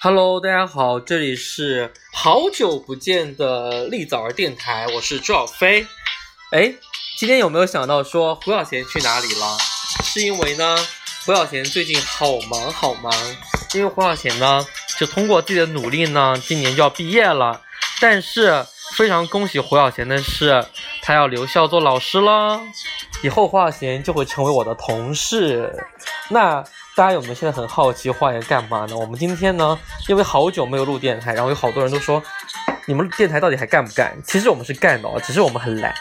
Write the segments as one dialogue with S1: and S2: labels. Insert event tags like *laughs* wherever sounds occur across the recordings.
S1: Hello，大家好，这里是好久不见的立早儿电台，我是朱小飞。哎，今天有没有想到说胡小贤去哪里了？是因为呢，胡小贤最近好忙好忙，因为胡小贤呢，就通过自己的努力呢，今年就要毕业了。但是非常恭喜胡小贤的是，他要留校做老师了，以后胡小贤就会成为我的同事。那大家有没有现在很好奇花园干嘛呢？我们今天呢，因为好久没有录电台，然后有好多人都说，你们电台到底还干不干？其实我们是干的哦，只是我们很懒。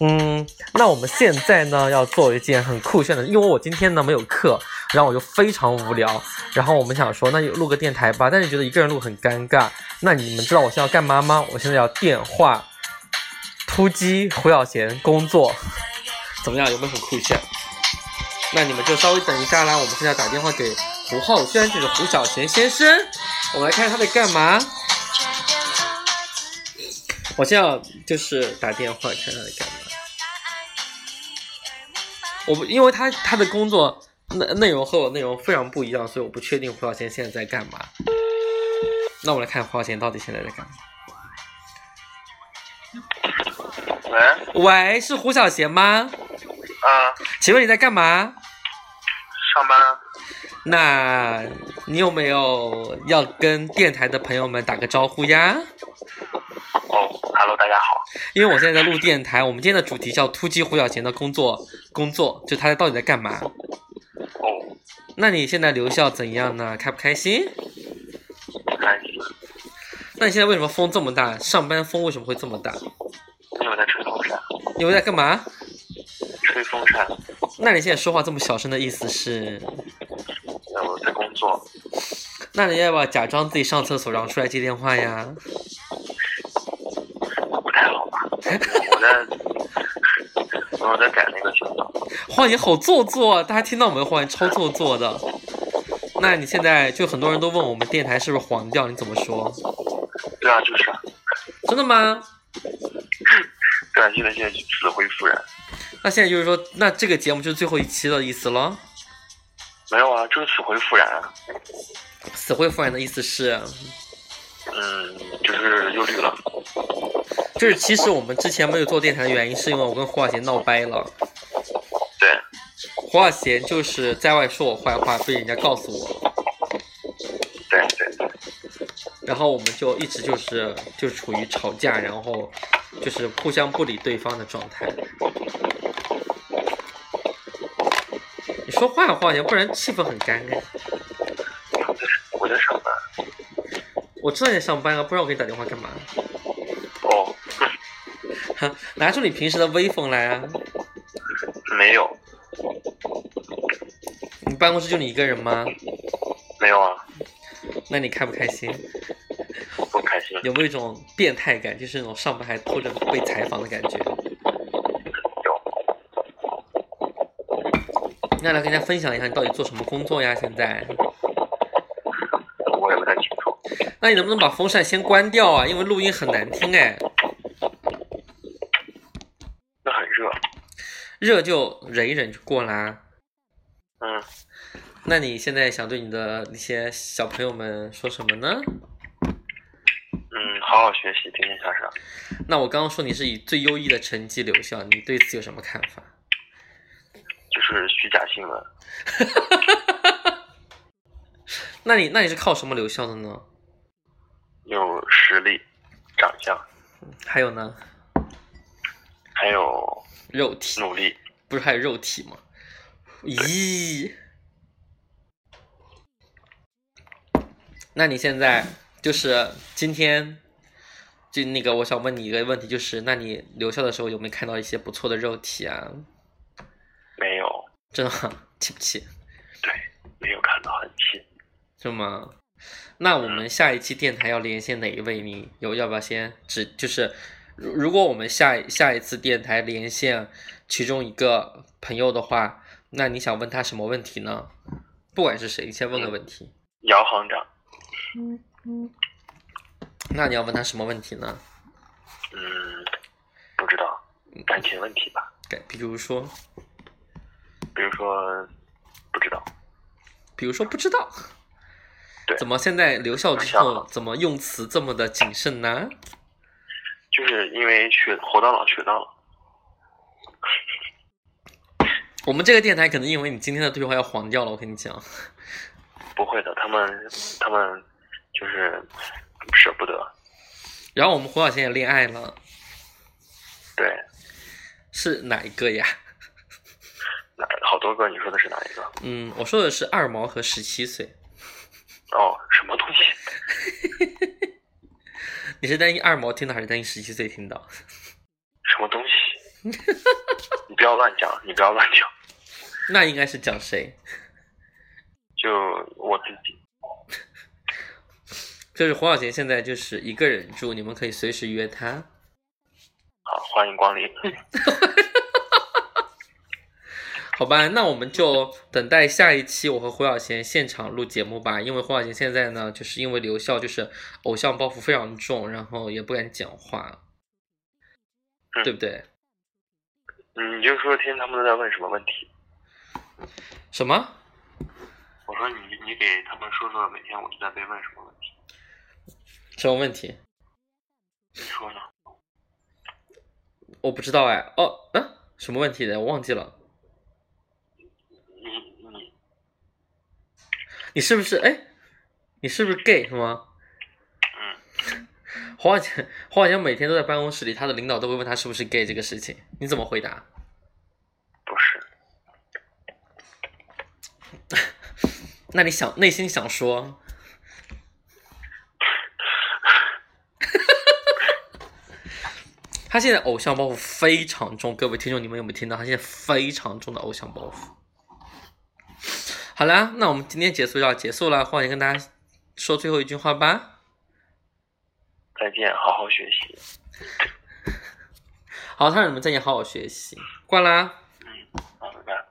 S1: 嗯，那我们现在呢要做一件很酷炫的，因为我今天呢没有课，然后我就非常无聊，然后我们想说那就录个电台吧，但是觉得一个人录很尴尬。那你们知道我现在要干嘛吗？我现在要电话突击胡小贤工作， *laughs* 怎么样？有没有很酷炫？那你们就稍微等一下啦，我们现在打电话给胡浩轩，就是胡小贤先生，我们来看他在干嘛。我现在就是打电话看他在干嘛。我不，因为他他的工作内内容和我内容非常不一样，所以我不确定胡小贤现在在干嘛。那我们来看胡小贤到底现在在干嘛。
S2: 喂，
S1: 喂，是胡小贤吗？
S2: 啊，
S1: 请问你在干嘛？
S2: 上班，
S1: 那你有没有要跟电台的朋友们打个招呼呀？
S2: 哦，Hello，大家好，
S1: 因为我现在在录电台，我们今天的主题叫突击胡小贤的工作，工作就他到底在干嘛？
S2: 哦，
S1: 那你现在留校怎样呢？开不开心？
S2: 开心，
S1: 那你现在为什么风这么大？上班风为什么会这么大？
S2: 因为我在吹风扇，
S1: 你们在干嘛？
S2: 吹风扇，
S1: 那你现在说话这么小声的意思是？
S2: 呃，我在工作，
S1: 那你要不要假装自己上厕所，然后出来接电话呀？
S2: 不太好吧？我在，我在改那个什么，
S1: 花姐好做作，大家听到我们的花姐超做作的。那你现在就很多人都问我们电台是不是黄掉，你怎么说？
S2: 对啊，就是啊，
S1: 真的吗？
S2: 对啊，现在现在就死灰复燃，
S1: 那现在就是说，那这个节目就是最后一期的意思了。
S2: 没有啊，就是死灰复燃啊，
S1: 死灰复燃的意思是，
S2: 嗯，就是又绿了，
S1: 就是其实我们之前没有做电台的原因，是因为我跟胡小贤闹掰了。
S2: 对，
S1: 胡小贤就是在外说我坏话，被人家告诉我，
S2: 对对对，
S1: 然后我们就一直就是就处于吵架，然后就是互相不理对方的状态。你说话呀，胡小贤，不然气氛很尴尬。
S2: 我在我在上班，
S1: 我知道你在上班啊，不然我给你打电话干嘛？
S2: 哦，
S1: 哈，拿出你平时的威风来啊！
S2: 没有，
S1: 你办公室就你一个人吗？
S2: 没有啊，
S1: 那你开不开心？
S2: 不开心，
S1: 有没有一种变态感，就是那种上班还偷着被采访的感觉？
S2: 有，
S1: 那来跟大家分享一下，你到底做什么工作呀？现在，
S2: 我也不太清楚，
S1: 那你能不能把风扇先关掉啊？因为录音很难听哎，
S2: 那很热，
S1: 热就忍一忍就过啦。
S2: 嗯，
S1: 那你现在想对你的那些小朋友们说什么呢？
S2: 嗯，好好学习，天天向上。
S1: 那我刚刚说你是以最优异的成绩留校，你对此有什么看法？
S2: 就是虚假新闻，
S1: 那你那你是靠什么留校的呢？
S2: 有实力、长相，
S1: 还有呢，
S2: 还有
S1: 肉体
S2: 努力。
S1: 不是还有肉体吗？咦，那你现在就是今天，就那个我想问你一个问题，就是那你留校的时候有没有看到一些不错的肉体啊？
S2: 没有，
S1: 真的吗气不气？
S2: 对，没有看到，很气。
S1: 是吗？那我们下一期电台要连线哪一位？你有要不要先指？就是如如果我们下下一次电台连线其中一个朋友的话，那你想问他什么问题呢？不管是谁，你先问个问题。
S2: 姚行长，
S1: 那你要问他什么问题呢？
S2: 嗯，不知道，感情问题吧？
S1: 给，比如说，
S2: 比如说，不知道，
S1: 比如说不知道，
S2: 对
S1: 怎么现在留校之
S2: 我想
S1: 后
S2: 好，
S1: 怎么用词这么的谨慎呢？
S2: 就是因为学活到老学到老。
S1: 我们这个电台可能因为你今天的对话要黄掉了，我跟你讲。
S2: 不会的，他们他们就是舍不得。
S1: 然后我们胡小贤也恋爱了，
S2: 对，
S1: 是哪一个呀？
S2: 哪好多个？你说的是哪一个？
S1: 嗯，我说的是二毛和十七岁。
S2: 哦，什么东西？
S1: 你是担心二毛听到还是担心十七岁听到？
S2: 什么东西？你不要乱讲，你不要乱讲。
S1: 那应该是讲谁？
S2: 就我自己，
S1: 就是胡小贤现在就是一个人住，你们可以随时约他。
S2: 好，欢迎光临。
S1: 好吧，那我们就等待下一期我和胡小贤现场录节目吧。因为胡小贤现在呢，就是因为留校，就是偶像包袱非常重，然后也不敢讲话，
S2: 嗯
S1: 对不对？
S2: 你就说听他们都在问什么问题。
S1: 什么？
S2: 我说你你给他们说说每天我都在被问什么问题。
S1: 什么问题？
S2: 你说呢？
S1: 我不知道哎。哦，嗯、什么问题的？我忘记了。
S2: 你你
S1: 你是不是？哎，你是不是 gay 是吗？
S2: 嗯，
S1: 胡小贤，胡小贤每天都在办公室里，他的领导都会问他是不是 gay 这个事情，你怎么回答？
S2: 不是，
S1: 那你想内心想说， *laughs* 他现在偶像包袱非常重，各位听众你们有没有听到？他现在非常重的偶像包袱。好啦，那我们今天结束要结束了，换一跟大家说最后一句话吧。
S2: 再见，好好学习。
S1: 好，他让你们再也好好学习，挂啦。
S2: 好，拜拜。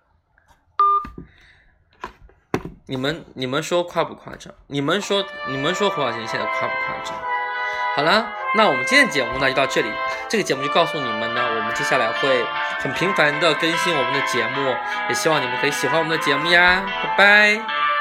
S1: 你们你们说夸不夸张？你们说你们说胡小贤现在夸不夸张？好啦，那我们今天的节目呢就到这里。这个节目就告诉你们呢，我们接下来会很频繁的更新我们的节目，也希望你们可以喜欢我们的节目呀。拜拜。